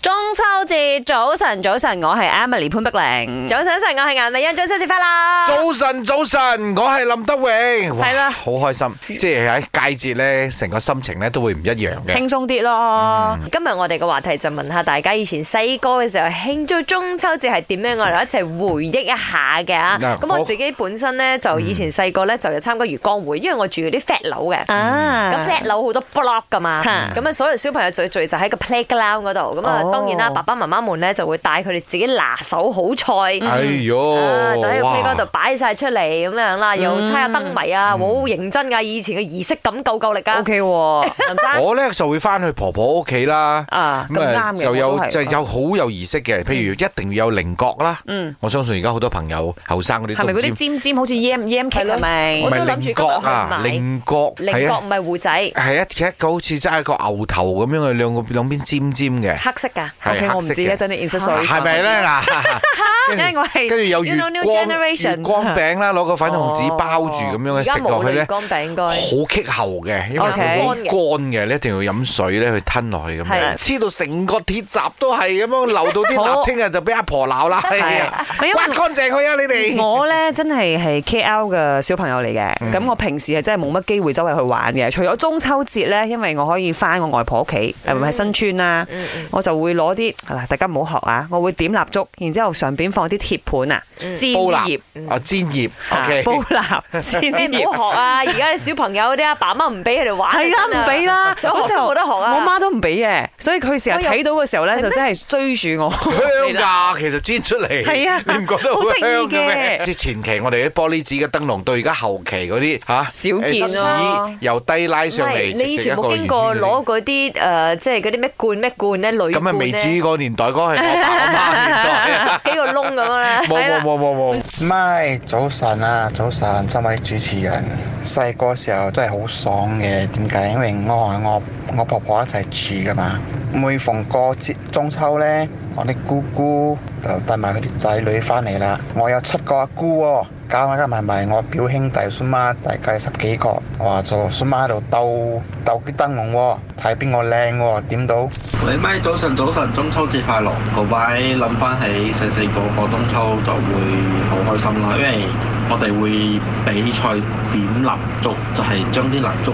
中秋節早晨，早晨，我係 Emily 潘碧玲。早晨，早晨，我係顏美欣。中秋節快樂！早晨，早晨，我係林德榮，哇啊係啦好開心，即係喺佳節咧，成個心情咧都會唔一樣嘅。輕鬆啲咯。今日我哋嘅話題就問下大家，以前細個嘅時候慶祝中秋節係點樣？我哋一齊回憶一下嘅啊。嗱咁我我自己本身咧就以前細個咧就有參加漁光會，因為我住嗰啲 flat 樓嘅。啊，嗯咁 flat 樓好多 block 噶嘛，嚇咁啊所有小朋友就聚集喺個 playground 嗰度，咁啊哦當然啦，爸爸媽媽們咧就會帶佢哋自己拿手好菜。哎嗯啊，就喺個 p 喲，哇 l 度擺晒出嚟咁樣啦，又猜下燈謎啊，好認真噶，以前嘅儀式感夠夠力噶。 O K 喎，嗯林生我咧就會翻去婆婆屋企啦。啊咁咁啊啱嘅，就我有都係哦就有好有儀式嘅，譬如一定要有菱角啦。嗯，我相信而家好多朋友後生嗰啲係咪都唔嗰知啲尖尖好似啊 yam 係 yam cake 咯係咪唔？我都係諗住菱角啊，今日去買菱角菱係角啊唔係糊仔，係一一個好似揸一個牛頭咁樣嘅兩個兩邊尖尖嘅，黑色㗎。係 O K，我黑唔色知咧，嘅，真係 insert 係咪咧嗱？ 因為我係跟住有月 you know, new 光 generation 月啊光餅啦，攞個粉紅紙包住咁樣而嘅家食落冇去咧啦，，乾餅應該好棘喉嘅，因為佢 OK 好乾嘅，你一定要飲水咧去吞落去咁係樣，黐到成個鐵閘都係咁樣，流到啲好蠟，聽日就俾阿婆鬧啦，哎呀係因為刮乾淨佢啊你哋。我咧真係係 K L 嘅小朋友嚟嘅，嗯咁、我平時係真係冇乜機會周圍去玩嘅，除咗中秋節咧，因為我可以翻我外婆屋企，嗯誒唔係新村啦，我就會攞啲嗱，大家唔好學啊，我會點蠟燭，然之後上邊放啲鐵盤啊，煎嗯煲蠟葉，啊煎葉，OK，煲蠟， 煎你葉唔。好學啊！而家啲小朋友啲阿爸媽唔俾佢哋玩，啊系啦，啊唔俾啦，想學嗰時都候冇得學啊！我媽都唔俾嘅，所以佢成日睇到嘅時候咧，就真係追住我。香㗎，其實煎出嚟，係啊你唔覺得好香好得嘅意咩？嘅即係前期我哋啲玻璃紙嘅燈籠，到而家後期嗰啲嚇少見咯紙由低拉上唔係嚟，你以前冇經過直直一個圓圈嗰啲攞嗰啲誒，即係嗰啲咩罐咩罐咧，鋁咁啊罐未咧，至於幾。個年代，嗰個係我爸我媽年代啊 個窿咁樣咧。冇冇冇冇冇，咪早晨啊，早晨，三位主持人。細個時候真係好爽嘅，點解？因為我同我我婆婆一齊住噶嘛。每逢過節中秋呢，我啲姑姑就帶埋佢啲仔女翻嚟啦。我有七個阿姑喎、加加埋埋我表兄弟孫媽，大概十幾個。我話做孫媽喺度鬥鬥啲燈籠喎、睇邊個靚喎，點到。喂，咪早晨，早晨，中秋節快樂！各位諗翻起細細個過中秋就會好開心啦，因為我哋會比賽點蠟燭，就係將啲蠟燭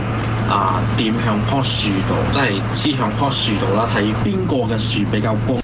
啊點向棵樹度，即係黐向棵樹度啦，睇邊個嘅樹比較高。